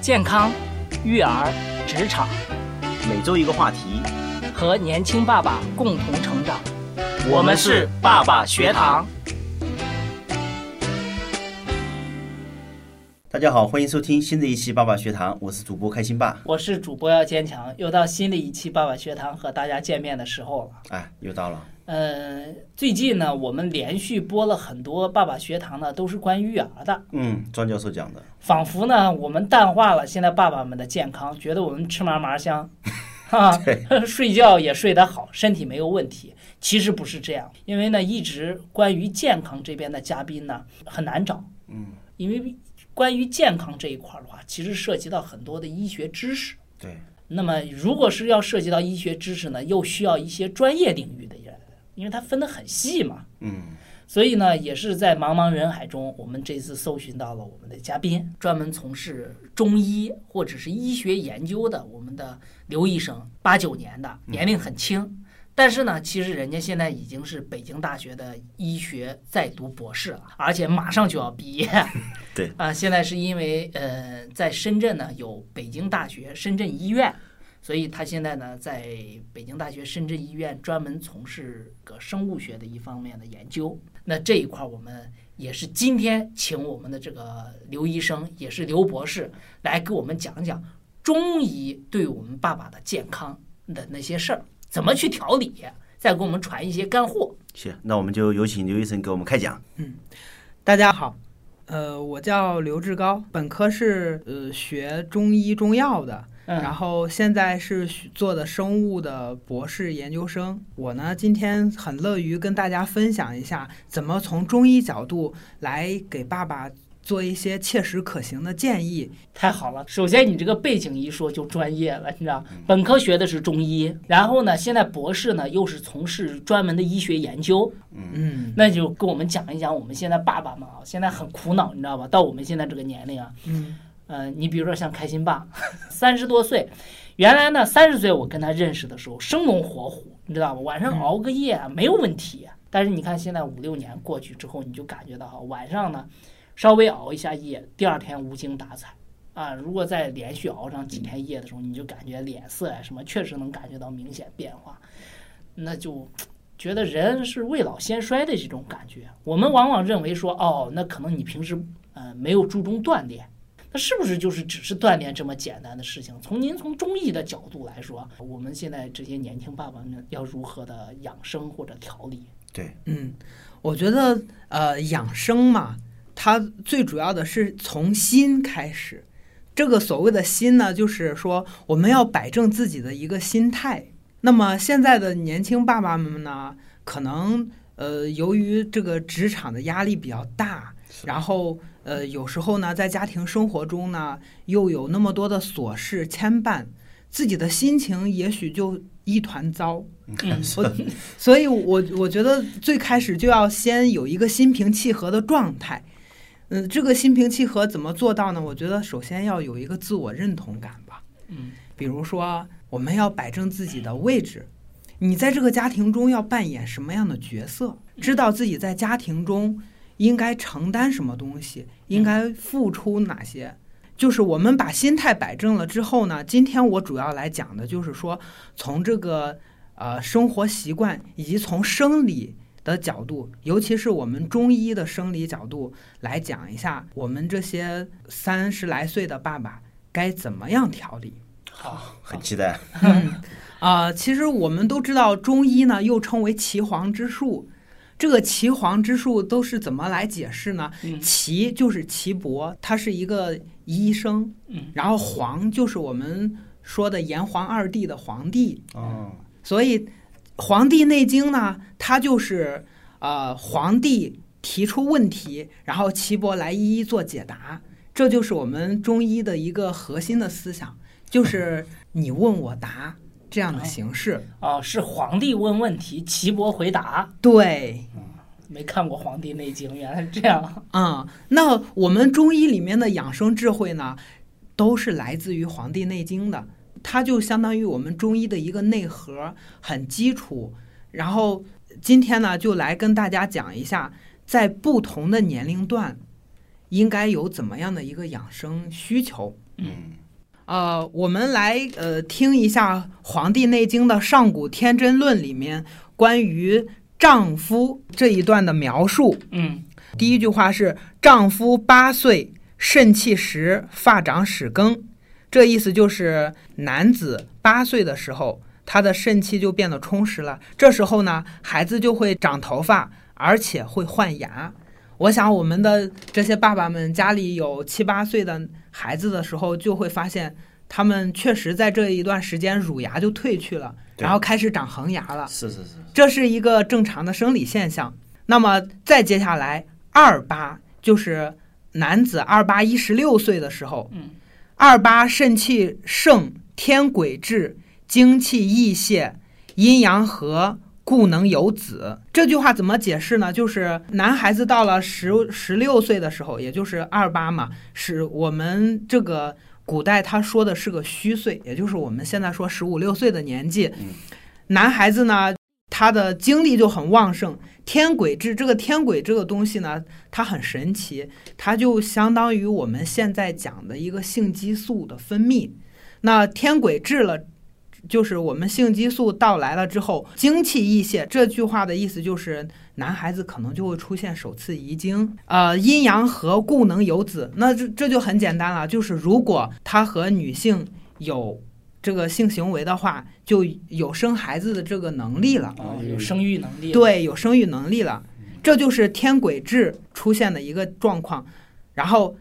健康、育儿、职场每周一个话题，和年轻爸爸共同成长。我们是爸爸学堂。大家好，欢迎收听新的一期《爸爸学堂》，我是主播开心爸。我是主播要坚强，又到新的一期爸爸学堂和大家见面的时候了。哎，又到了，呃，最近呢，我们连续播了很多爸爸学堂呢，都是关于育儿的，嗯，庄教授讲的，仿佛呢，我们淡化了现在爸爸们的健康，觉得我们吃嘛嘛香，哈、 睡觉也睡得好，身体没有问题。其实不是这样，因为呢，一直关于健康这边的嘉宾呢很难找，嗯，因为关于健康这一块儿的话，其实涉及到很多的医学知识。对，那么，如果是要涉及到医学知识呢，又需要一些专业领域的人，因为它分得很细嘛。嗯，所以呢，也是在茫茫人海中，我们这次搜寻到了我们的嘉宾，专门从事中医或者是医学研究的，我们的刘医生，八九年的，年龄很轻。但是呢，其实人家现在已经是北京大学的医学在读博士了，而且马上就要毕业。对啊、现在是因为呃，在深圳呢有北京大学深圳医院，所以他现在呢在北京大学深圳医院专门从事个生物学的一方面的研究。那这一块儿我们也是今天请我们的这个刘医生，也是刘博士来给我们讲讲中医对我们爸爸的健康的那些事儿，怎么去调理，再给我们传一些干货。是，那我们就有请刘医生给我们开讲。大家好，呃，我叫刘志高，本科是呃学中医中药的，然嗯后现在是学做的生物的博士研究生。我呢，今天很乐于跟大家分享一下，怎么从中医角度来给爸爸做一些切实可行的建议。太好了。首先，你这个背景一说就专业了，你知道，本科学的是中医，然后呢，现在博士呢又是从事专门的医学研究，嗯那就跟我们讲一讲我们现在爸爸们啊，现在很苦恼，你知道吧？到我们现在这个年龄啊，嗯呃，你比如说像开心爸， 三十多岁，原来呢三十岁我跟他认识的时候生龙活虎，你知道吧？晚上熬个夜啊、没有问题、但是你看现在五六年过去之后，你就感觉到哈，晚上呢稍微熬一下夜，第二天无精打采啊。如果再连续熬上几天夜的时候，你就感觉脸色呀、什么，确实能感觉到明显变化，那就。觉得人是未老先衰的这种感觉，我们往往认为说，哦，那可能你平时呃没有注重锻炼，那是不是就是只是锻炼这么简单的事情？从您从中医的角度来说，我们现在这些年轻爸爸们要如何的养生或者调理？对，嗯，我觉得呃养生嘛，它最主要的是从心开始。这个所谓的心呢，就是说我们要摆正自己的一个心态。那么现在的年轻爸爸们呢，可能呃由于这个职场的压力比较大，是然后呃有时候呢在家庭生活中呢又有那么多的琐事牵绊，自己的心情也许就一团糟。嗯是我所以我，我觉得最开始就要先有一个心平气和的状态。嗯，这个心平气和怎么做到呢？我觉得首先要有一个自我认同感吧。嗯比如说，我们要摆正自己的位置，你在这个家庭中要扮演什么样的角色，知道自己在家庭中应该承担什么东西，应该付出哪些。就是我们把心态摆正了之后呢，今天我主要来讲的就是说，从这个呃生活习惯以及从生理的角度，尤其是我们中医的生理角度来讲一下，我们这些三十来岁的爸爸该怎么样调理。好， 很期待。啊、其实我们都知道，中医呢又称为岐黄之术。这个岐黄之术都是怎么来解释呢？嗯岐就是岐伯，他是一个医生，嗯然后黄就是我们说的炎黄二帝的皇帝，哦，所以《黄帝内经》呢，它就是呃皇帝提出问题，然后岐伯来一一做解答，这就是我们中医的一个核心的思想，就是你问我答这样的形式。哦，是皇帝问问题，岐伯回答。对，没看过《黄帝内经》，原来是这样。嗯，那我们中医里面的养生智慧呢，都是来自于《黄帝内经》的，它就相当于我们中医的一个内核，很基础。然后今天呢，就来跟大家讲一下，在不同的年龄段，应该有怎么样的一个养生需求。嗯，呃，我们来呃听一下《黄帝内经》的《上古天真论》里面关于丈夫这一段的描述。嗯第一句话是“丈夫八岁，肾气实，发长始更”，这意思就是男子八岁的时候，他的肾气就变得充实了。这时候呢，孩子就会长头发，而且会换牙。我想我们的这些爸爸们家里有七八岁的孩子的时候，就会发现他们确实在这一段时间乳牙就褪去了，对然后开始长恒牙了。是是是，这是一个正常的生理现象。那么再接下来，二八就是男子二八一十六岁的时候，嗯，二八肾气盛，天癸至，精气溢泄，阴阳和。故能有子这句话怎么解释呢？就是男孩子到了十十六岁的时候，也就是二八嘛，是我们这个古代他说的是个虚岁，也就是我们现在说十五六岁的年纪嗯。男孩子呢，他的精力就很旺盛。天癸至，这个天癸这个东西呢，它很神奇，它就相当于我们现在讲的一个性激素的分泌。那天癸至了，就是我们性激素到来了之后，精气溢泄。这句话的意思就是，男孩子可能就会出现首次遗精。呃，阴阳合，故能有子。那这这就很简单了，就是如果他和女性有这个性行为的话，就有生孩子的这个能力了。哦，有生育能力，，对，有生育能力了，这就是天癸至出现的一个状况。然后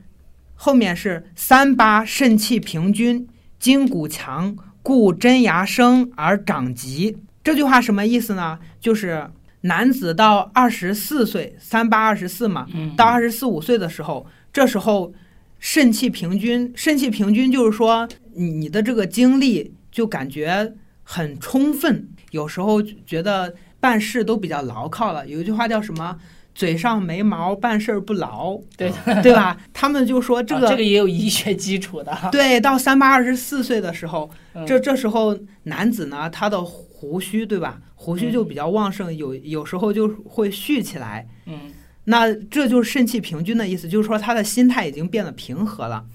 后面是三八肾气平均，筋骨强，故真牙生而长疾。这句话什么意思呢？就是男子到二十四岁，三八二十四嘛，嗯，到二十四五岁的时候，这时候肾气平均，肾气平均就是说你你的这个精力就感觉很充分，有时候觉得办事都比较牢靠了。有一句话叫什么？嘴上没毛，办事儿不牢，对 对吧？他们就说这这个、啊这个也有医学基础的啊，对，到三八二十四岁的时候，嗯这这时候男子呢，他的胡须对吧？胡须就比较旺盛，有有时候就会蓄起来。嗯那这就是肾气平均的意思，就是说他的心态已经变得平和了。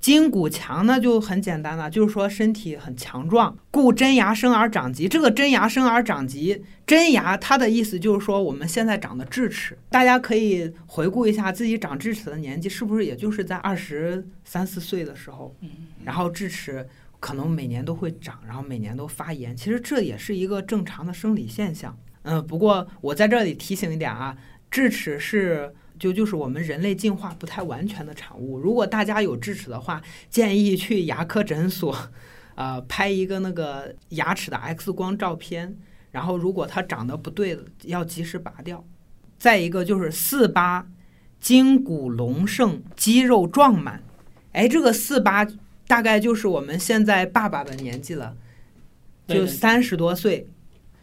筋骨强呢就很简单了，就是说身体很强壮，故真牙生而长疾。这个真牙生而长疾，真牙它的意思就是说我们现在长的智齿，大家可以回顾一下自己长智齿的年纪，是不是也就是在二十三四岁的时候？嗯然后智齿可能每年都会长，然后每年都发炎。其实这也是一个正常的生理现象。嗯，不过我在这里提醒一点啊，智齿是就就是我们人类进化不太完全的产物。如果大家有智齿的话，建议去牙科诊所，呃，拍一个那个牙齿的 X 光照片，然后如果它长得不对，要及时拔掉。再一个就是四八，筋骨隆盛，肌肉壮满。哎，这个四八大概就是我们现在爸爸的年纪了，对就对三十多岁，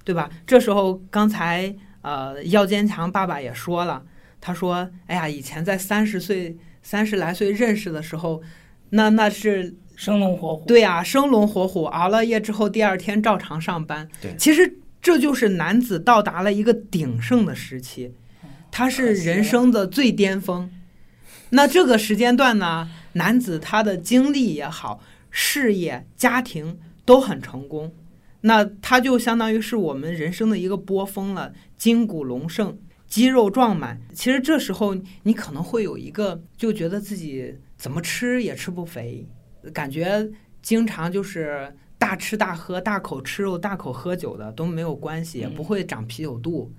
对吧？这时候刚才呃，耀坚强爸爸也说了，他说：“哎呀，以前在三十岁、三十来岁认识的时候，那那是生龙活虎，对啊，生龙活虎，熬了夜之后第二天照常上班。对其实这就是男子到达了一个鼎盛的时期，他是人生的最巅峰。那这个时间段呢，男子他的经历也好，事业、家庭都很成功，那他就相当于是我们人生的一个波峰了，筋骨隆盛。肌肉壮满，其实这时候你可能会有一个就觉得自己怎么吃也吃不肥，感觉经常就是大吃大喝、大口吃肉、大口喝酒的都没有关系，也嗯不会长啤酒肚。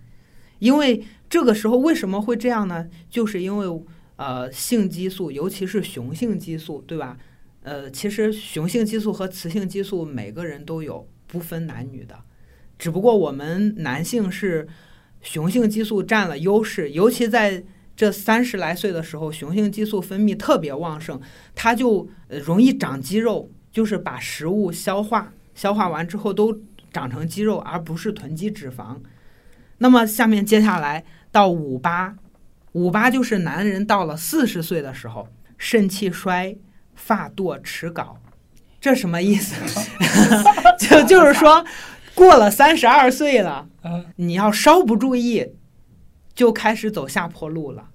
因为这个时候为什么会这样呢？就是因为呃性激素，尤其是雄性激素，对吧？呃，其实雄性激素和雌性激素每个人都有，不分男女的，只不过我们男性是雄性激素占了优势，尤其在这三十来岁的时候，雄性激素分泌特别旺盛，它就呃容易长肌肉，就是把食物消化，消化完之后都长成肌肉，而不是囤积脂肪。那么下面接下来到五八，五八就是男人到了四十岁的时候，肾气衰，发堕齿槁，这什么意思？ 就就是说，过了三十二岁了，嗯你要稍不注意，就开始走下坡路了。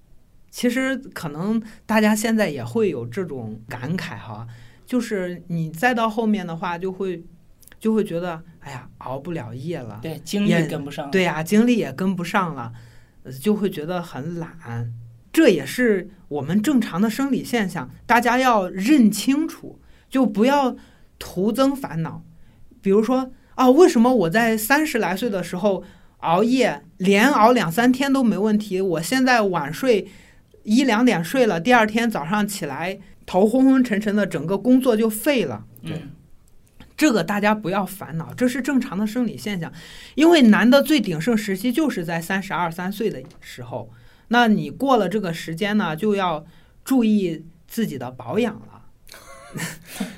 其实可能大家现在也会有这种感慨哈，就是你再到后面的话，就会就会觉得，哎呀，熬不了夜了，对，精力啊也跟不上，对呀、精力也跟不上了，呃就会觉得很懒。这也是我们正常的生理现象，大家要认清楚，就不要徒增烦恼。比如说啊，为什么我在三十来岁的时候熬夜，连熬两三天都没问题，我现在晚睡一两点睡了，第二天早上起来头昏昏沉沉的，整个工作就废了。嗯，这个大家不要烦恼，这是正常的生理现象，因为男的最鼎盛时期就是在三十二三岁的时候，那你过了这个时间呢，就要注意自己的保养了。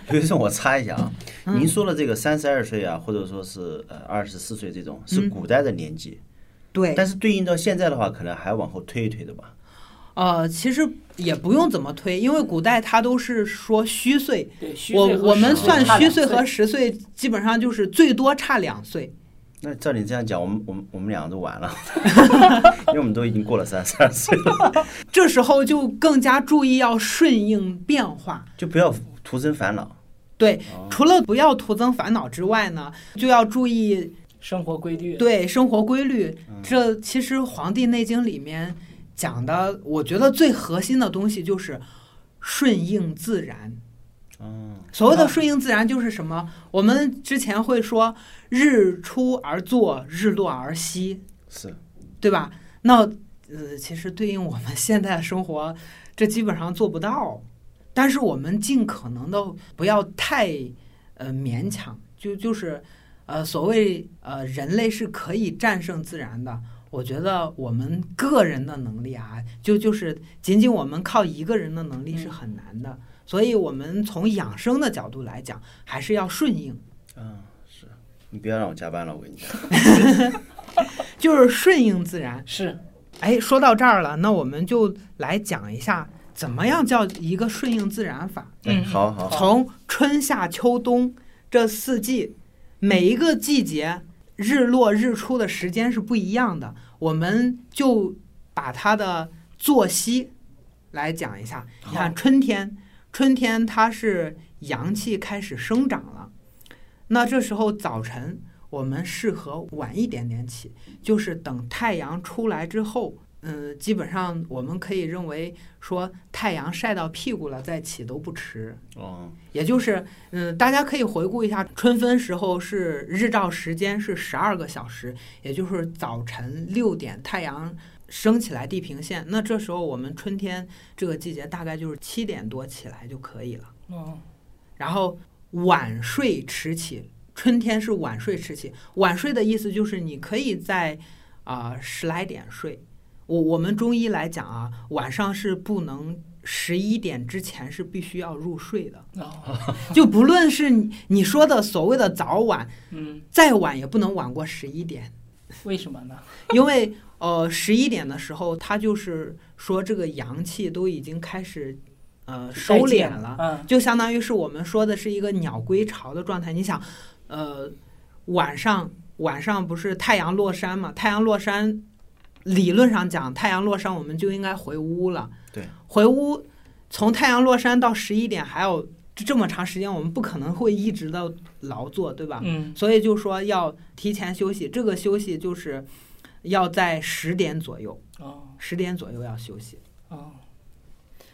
刘先生，我插一下啊，嗯您说的这个三十二岁啊，或者说是呃二十四岁这种，是古代的年纪，嗯对，但是对应到现在的话，可能还往后推一推的吧。呃，其实也不用怎么推，因为古代它都是说虚岁，对，虚我岁和我们实算差虚两岁和实岁，基本上就是最多差两岁。那照你这样讲，我们我们我们俩都完了， 因为我们都已经过了三十二岁了， 这时候就更加注意要顺应变化，就不要徒增烦恼。对哦，除了不要徒增烦恼之外呢，就要注意生活规律，对生活规律，这其实《黄帝内经》里面讲的，我觉得最核心的东西就是顺应自然。嗯，所谓啊的顺应自然就是什么？我们之前会说“日出而作，日落而息是，”，对吧？那呃，其实对应我们现在的生活，这基本上做不到。但是我们尽可能的不要太呃勉强，就就是呃所谓呃人类是可以战胜自然的。我觉得我们个人的能力啊，就就是仅仅我们靠一个人的能力是嗯很难的，所以我们从养生的角度来讲，还是要顺应，嗯，是，你不要让我加班了，我跟你讲。就是顺应自然。是哎，说到这儿了，那我们就来讲一下怎么样叫一个顺应自然法。嗯嗯，好好，从春夏秋冬这四季，每一个季节日落日出的时间是不一样的，我们就把它的作息来讲一下。你看春天，春天它是阳气开始生长了，那这时候早晨我们适合晚一点点起，就是等太阳出来之后。嗯，基本上我们可以认为说太阳晒到屁股了再起都不迟。哦，也就是，嗯，大家可以回顾一下，春分时候是日照时间是十二个小时，也就是早晨六点太阳升起来地平线。那这时候我们春天这个季节大概就是七点多起来就可以了。嗯然后晚睡迟起，春天是晚睡迟起。晚睡的意思就是你可以在啊十、来点睡。我我们中医来讲啊，晚上是不能十一点之前是必须要入睡的。哦 就不论是你你说的所谓的早晚，嗯，再晚也不能晚过十一点，为什么呢？因为呃十一点的时候，它就是说这个阳气都已经开始呃收再见敛了，嗯，就相当于是我们说的是一个鸟归巢的状态。你想，呃，晚上晚上不是太阳落山嘛？太阳落山，理论上讲，太阳落山我们就应该回屋了。对，回屋从太阳落山到十一点还有这这么长时间，我们不可能会一直的劳作，对吧？嗯所以就说要提前休息，这个休息就是要在十点左右，哦十点左右要休息。哦，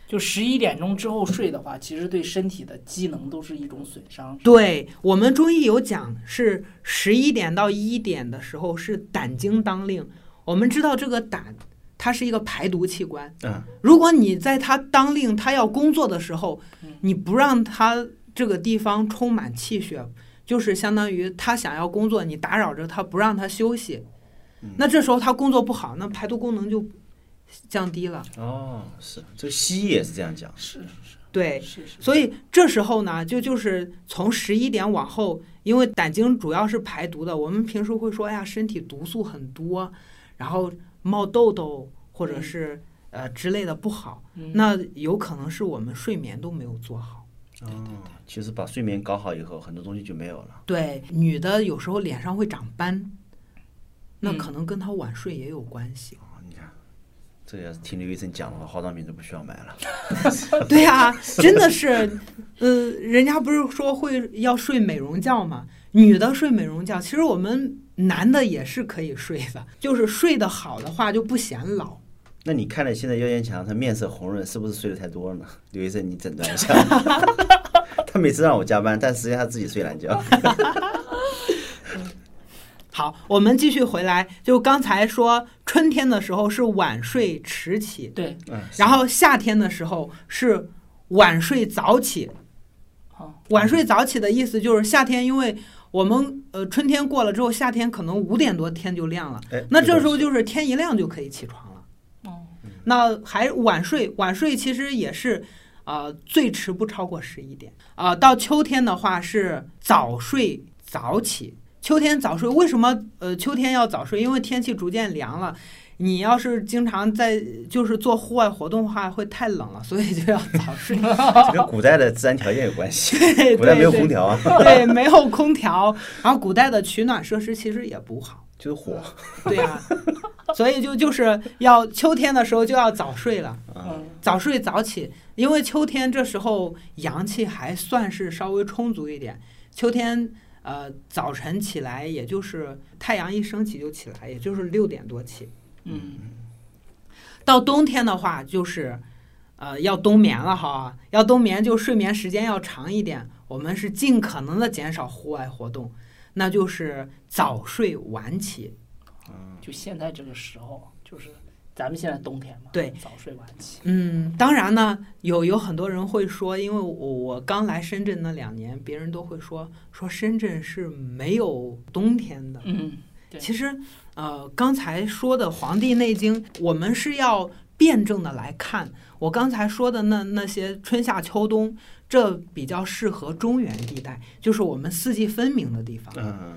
就十一点钟之后睡的话，其实对身体的机能都是一种损伤。对我们中医有讲，是十一点到一点的时候是胆经当令。我们知道这个胆，它是一个排毒器官。嗯，如果你在它当令，它要工作的时候嗯，你不让它这个地方充满气血，就是相当于它想要工作，你打扰着它，不让它休息嗯。那这时候它工作不好，那排毒功能就降低了。哦，是，这西医也是这样讲。是对，是是，所以这时候呢，就就是从十一点往后，因为胆经主要是排毒的，我们平时会说，哎呀，身体毒素很多，然后冒痘痘或者嗯是、呃之类的不好，嗯那有可能是我们睡眠都没有做好。哦，其实把睡眠搞好以后，很多东西就没有了。对，女的有时候脸上会长斑，那嗯可能跟她晚睡也有关系。哦，你看，这个听刘医生讲的话，化妆品就不需要买了。对呀、真的是，呃，人家不是说会要睡美容觉吗？女的睡美容觉，其实我们男的也是可以睡的，就是睡得好的话就不显老。那你看了现在腰间强，他面色红润，是不是睡得太多了呢？刘医生，你诊断一下。 他每次让我加班，但实际上他自己睡懒觉。好，我们继续回来，就刚才说春天的时候是晚睡迟起，对，嗯， 然后夏天的时候是晚睡早起。好，晚睡早起的意思就是夏天，因为我们呃春天过了之后，夏天可能五点多天就亮了，哎那这时候就是天一亮就可以起床了。哦，那还晚睡，晚睡其实也是，呃，最迟不超过十一点。啊、到秋天的话是早睡早起。秋天早睡为什么？呃，秋天要早睡，因为天气逐渐凉了。你要是经常在就是做户外活动的话，会太冷了，所以就要早睡。这跟古代的自然条件有关系。对古代没有空对调啊，对，没有空调，然后古代的取暖设施其实也不好。就是火对啊，所以就就是要秋天的时候就要早睡了。啊。嗯，早睡早起，因为秋天这时候阳气还算是稍微充足一点。秋天呃早晨起来，也就是呃太阳一升起就起来，也就是六点多起。嗯，到冬天的话，就是呃要冬眠了哈，要冬眠就睡眠时间要长一点。我们是尽可能的减少户外活动，那就是早睡晚起。就现在这个时候，就是咱们现在冬天嘛，对早睡晚起，嗯，当然呢，有有很多人会说，因为我我刚来深圳那两年，别人都会说说深圳是没有冬天的。嗯，对其实，呃，刚才说的《黄帝内经》，我们是要辩证的来看。我刚才说的那那些春夏秋冬，这比较适合中原地带，就是我们四季分明的地方。嗯，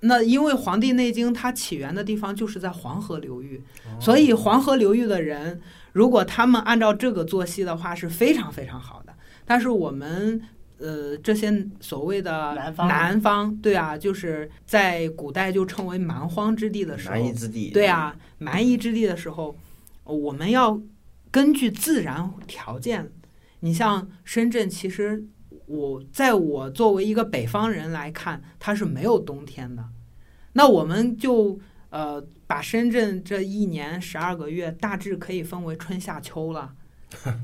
那因为《黄帝内经》它起源的地方就是在黄河流域，所以黄河流域的人，如果他们按照这个作息的话，是非常非常好的。但是我们呃这些所谓的南方南方，对啊，就是在古代就称为蛮荒之地的时候南夷，之地。对，啊，嗯蛮夷之地的时候，呃我们要根据自然条件。你像深圳，其实我在我作为一个北方人来看，它是没有冬天的。那我们就呃把深圳这一年十二个月大致可以分为春夏 秋了，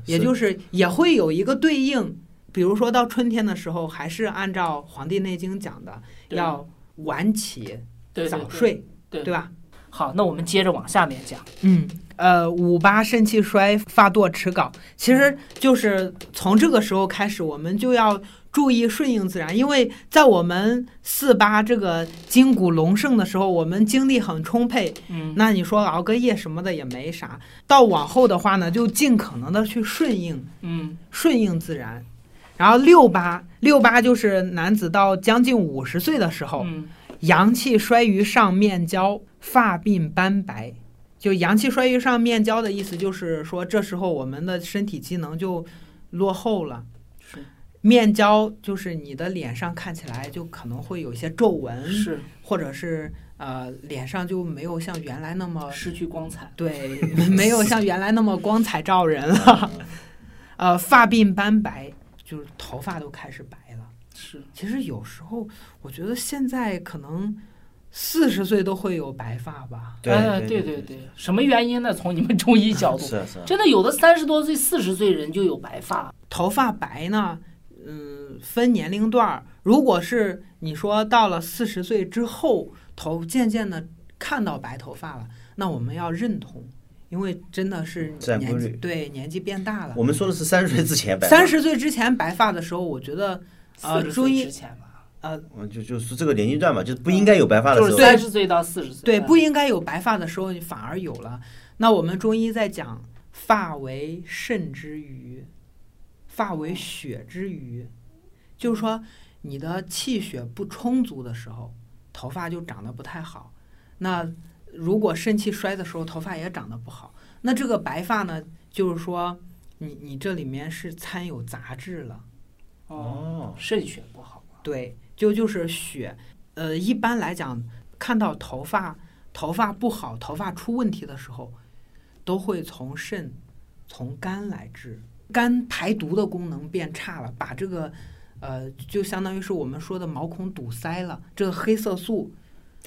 也就是也会有一个对应。比如说到春天的时候，还是按照《黄帝内经》讲的，对要晚起、对对早对睡，对对吧？好，那我们接着往下面讲，嗯，呃，五八肾气衰，发堕迟槁，其实就是从这个时候开始，我们就要注意顺应自然，因为在我们四八这个筋骨隆盛的时候，我们精力很充沛，嗯，那你说熬个夜什么的也没啥。到往后的话呢，就尽可能的去顺应嗯，顺应自然。然后六八六八就是男子到将近五十岁的时候，嗯，阳气衰于上面焦，发鬓斑白。就阳气衰于上面焦的意思，就是说这时候我们的身体机能就落后了。是面焦就是你的脸上看起来就可能会有一些皱纹，是或者是呃脸上就没有像原来那么失去光彩， 对，没有像原来那么光彩照人了。嗯呃，发鬓斑白，就是头发都开始白了。是，其实有时候，我觉得现在可能四十岁都会有白发吧。哎对对对，对，什么原因呢？从你们中医角度，是啊是啊。真的有的三十多岁、四十岁人就有白发，头发白呢，嗯，分年龄段儿。如果是你说到了四十岁之后，头渐渐的看到白头发了，那我们要认同，因为真的是自然规年纪律对年纪变大了我。们说的是三十岁之前白发，三十岁之前白发的时候，我觉得四呃十中岁医之前吧，嗯，就就是这个年龄段嘛，就是不应该有白发的就时是候。三十岁到四十岁，对，不应该有白发的时候，你反而有了。那我们中医在讲“发为肾之余，发为血之余”，就是说你的气血不充足的时候，头发就长得不太好。那如果肾气衰的时候，头发也长得不好。那这个白发呢，就是说你你这里面是掺有杂质了。哦，哦，肾血不好啊，对，就就是血，呃，一般来讲，看到头发头发不好、头发出问题的时候，都会从肾、从肝来治。肝排毒的功能变差了，把这个呃，就相当于是我们说的毛孔堵塞了，这个黑色素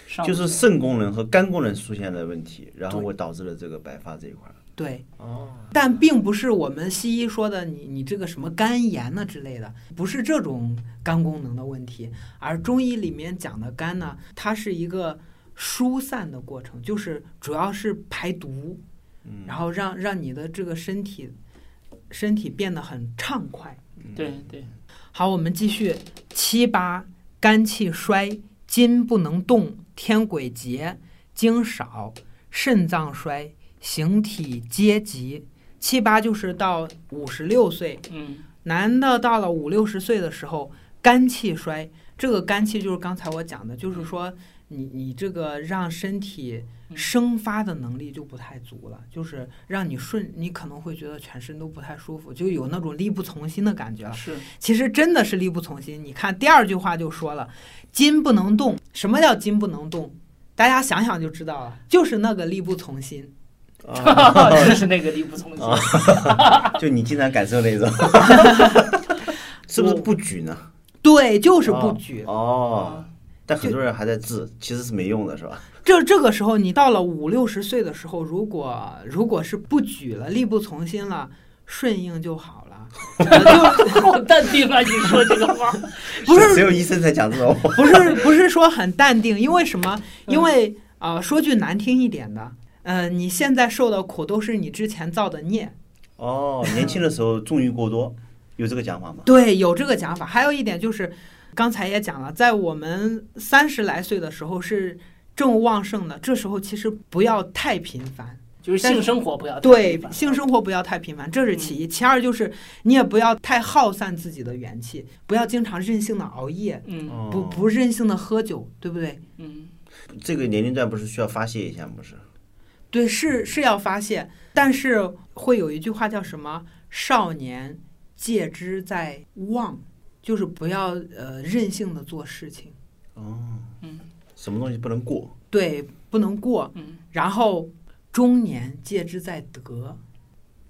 上就是肾功能和肝功能出现了问题，然后会导致了这个白发这一块儿。对哦，但并不是我们西医说的你你这个什么肝炎呐之类的，不是这种肝功能的问题，而中医里面讲的肝呢，它是一个疏散的过程，就是主要是排毒，嗯然后让让你的这个身体身体变得很畅快。对对，好，我们继续七八肝气衰，筋不能动，天癸竭，精少，肾脏衰，形体皆疾。七八就是到五十六岁，嗯男的到了五六十岁的时候，肝气衰。这个肝气就是刚才我讲的，就是说你你这个让身体嗯生发的能力就不太足了，就是让你顺，你可能会觉得全身都不太舒服，就有那种力不从心的感啊觉了。是 其实真的是力不从心。你看第二句话就说了，筋不能动。什么叫筋不能动？大家想想就知道了，就是那个力不从心。就是那个力不从心。嗯就你经常感受 那种，是不是不举呢？对，就是不举。嗯 哦。但很多人还在治，其实是没用的，是吧？这这个时候，你到了五六十岁的时候，如果如果是不举了，力不从心了，顺应就好 了。好淡定啊！你说这个话，不是只有医生才讲这种话。不是不是说很淡定，因为什么？因为啊、呃说句难听一点的，呃，你现在受的苦都是你之前造的孽。哦，年轻的时候纵欲过 多，有这个讲法吗？对，有这个讲法。还有一点就是，刚才也讲了，在我们三十来岁的时候是正旺盛的，这时候其实不要太频繁，就是性生活不要太对频繁性生活不要太频繁，这是其一。其二就是你也不要太耗散自己的元气，不要经常任性的熬夜，嗯哦不不任性的喝酒，对不对？嗯，这个年龄段不是需要发泄一下吗？不是？对，是是要发泄，但是会有一句话叫什么？少年戒之在忘，就是不要呃任性的做事情。哦，嗯，什么东西不能过？对，不能过。嗯然后中年戒之在得，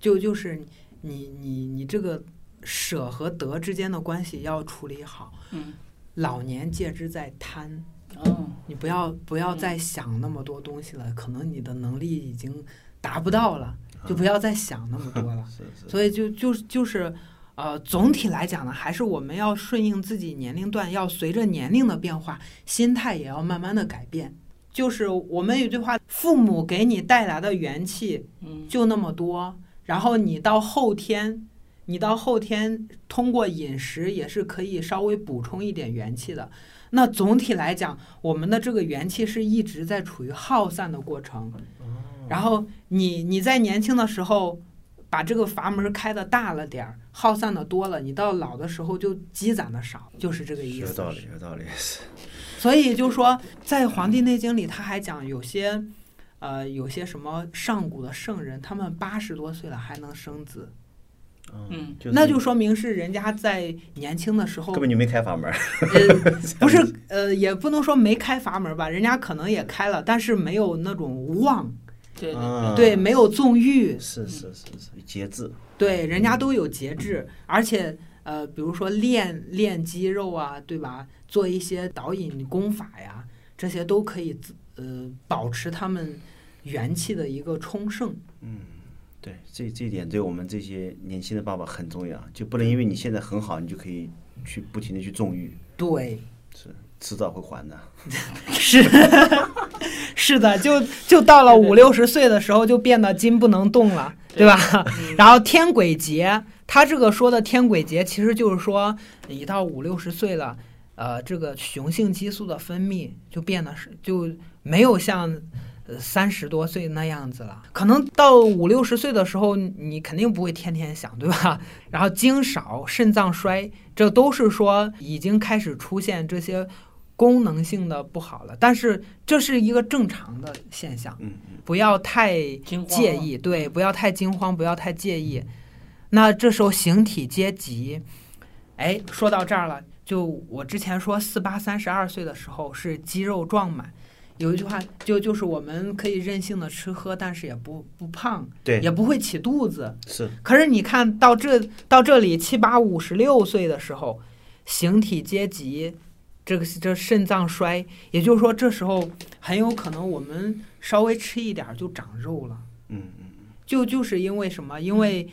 就就是你你你这个舍和得之间的关系要处理好。嗯，老年戒之在贪，嗯哦，你不要不要再想那么多东西了，可能你的能力已经达不到了，就不要再想那么多了。是是。所以就就就是，呃，总体来讲呢，还是我们要顺应自己年龄段，要随着年龄的变化，心态也要慢慢的改变。就是我们有句话，父母给你带来的元气嗯就那么多，然后你到后天，你到后天通过饮食也是可以稍微补充一点元气的。那总体来讲，我们的这个元气是一直在处于耗散的过程。然后你你在年轻的时候把这个阀门开的大了点儿，耗散的多了，你到老的时候就积攒的少，就是这个意有思道。理，有道理是。所以就说，在《黄帝内经》里，他还讲有些，呃，有些什么上古的圣人，他们八十多岁了还能生子，嗯，哦就那是就说明是人家在年轻的时候根，本就没开阀门儿。呃，不是，呃，也不能说没开阀门吧，人家可能也开了，但是没有那种妄，对对啊对，没有纵欲，是是是是，节制。对，人家都有节制，而且呃，比如说练练肌肉啊，对吧？做一些导引功法呀，这些都可以自呃保持他们元气的一个充盛。对，这这一点对我们这些年轻的爸爸很重要，就不能因为你现在很好，你就可以去不停的去纵欲，对，是迟早会还的。 是是的，就就到了五六十岁的时候，就变得筋不能动了，对吧？ 然后天鬼节，他这个说的天鬼节，其实就是说你到五六十岁了，呃，这个雄性激素的分泌就变得是就没有像。呃，三十多岁那样子了，可能到五六十岁的时候，你肯定不会天天想，对吧？ 然后精少、肾脏衰，这都是说已经开始出现这些功能性的不好了，但是这是一个正常的现象，嗯嗯，不要太惊慌介意，对，不要太惊慌，不要太介意。那这时候形体皆急，哎，说到这儿了，就我之前说四八三十二岁的时候是肌肉壮满，有一句话就就是我们可以任性的吃喝，但是也不不胖，对也不会起肚子。是可是你看到这到这里七八五十六岁的时候，形体阶级，这个这肾脏衰，也就是说这时候很有可能我们稍微吃一点儿就长肉了。嗯嗯就就是因为什么？因为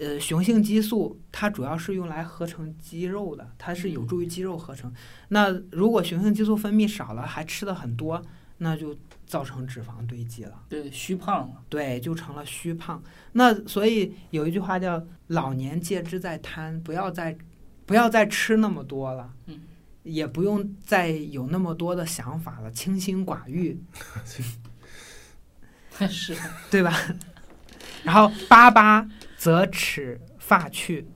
呃，雄性激素它主要是用来合成肌肉的，它是有助于肌肉合嗯成。那如果雄性激素分泌少了，还吃的很多，那就造成脂肪堆积了，对，虚胖了。对，就成了虚胖。那所以有一句话叫“老年戒之在贪”，不要再不要再吃那么多了，嗯，也不用再有那么多的想法了，清心寡欲， 是，对吧？ 然后八八则齿发去，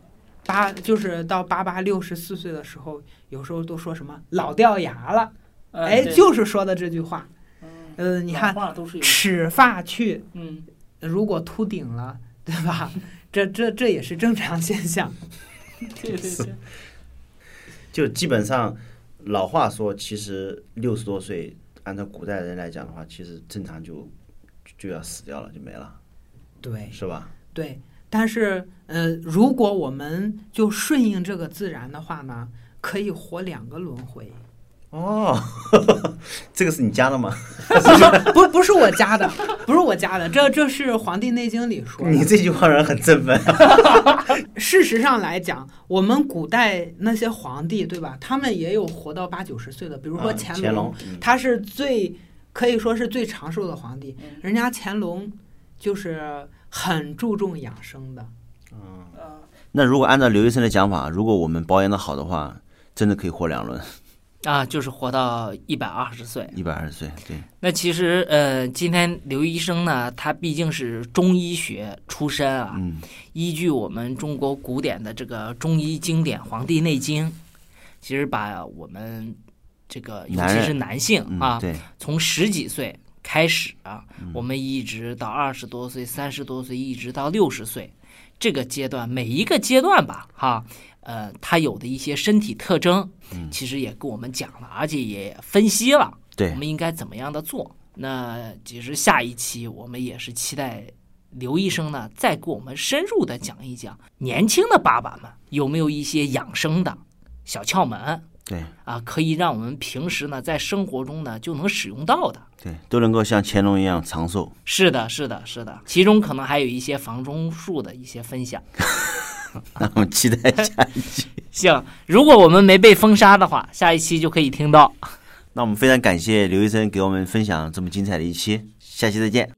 八就是到八八六十四岁的时候，有时候都说什么老掉牙了，嗯呃哎，对就是说的这句话。嗯呃，你老看话都是有，齿发去，嗯，如果秃顶了， 对吧？这这这也是正常现象。对对对，就基本上老话说，其实六十多岁，按照古代人来讲的话，其实正常就就要死掉了，就没了，对是吧？对，但是呃，如果我们就顺应这个自然的话呢，可以活两个轮回。哦， 这个是你加的吗？不不是我加的，不是我加的，这这是《黄帝内经》里说的。你这句话让人很振奋。事实上来讲，我们古代那些皇帝，对吧？他们也有活到八九十岁的，比如说嗯乾乾隆，嗯他是最可以说是最长寿的皇帝嗯。人家乾隆就是很注重养生的，啊，那如果按照刘医生的讲法，如果我们保养的好的话，真的可以活两轮，啊，就是活到一百二十岁。一百二十岁。对，那其实，呃，今天刘医生呢，他毕竟是中医学出身啊，嗯，依据我们中国古典的这个中医经典《黄帝内经》，其实把我们这个尤男其人是男性嗯啊，对，从十几岁开始啊，我们一直到二十多岁、三十多岁，一直到六十岁这个阶段，每一个阶段吧，哈，呃，它有的一些身体特征，其实也跟我们讲了，而且也分析了。对我，们应该怎么样的做？那其实下一期我们也是期待刘医生呢，再给我们深入的讲一讲年轻的爸爸们有没有一些养生的小窍门对，啊，可以让我们平时呢在生活中呢就能使用到的。对，都能够像乾隆一样长寿。 是的，是的，是的，其中可能还有一些房中术的一些分享。那我们期待 一下。行，如果我们没被封杀的话，下一期就可以听到。那我们非常感谢刘医生给我们分享这么精彩的一期，下期再见。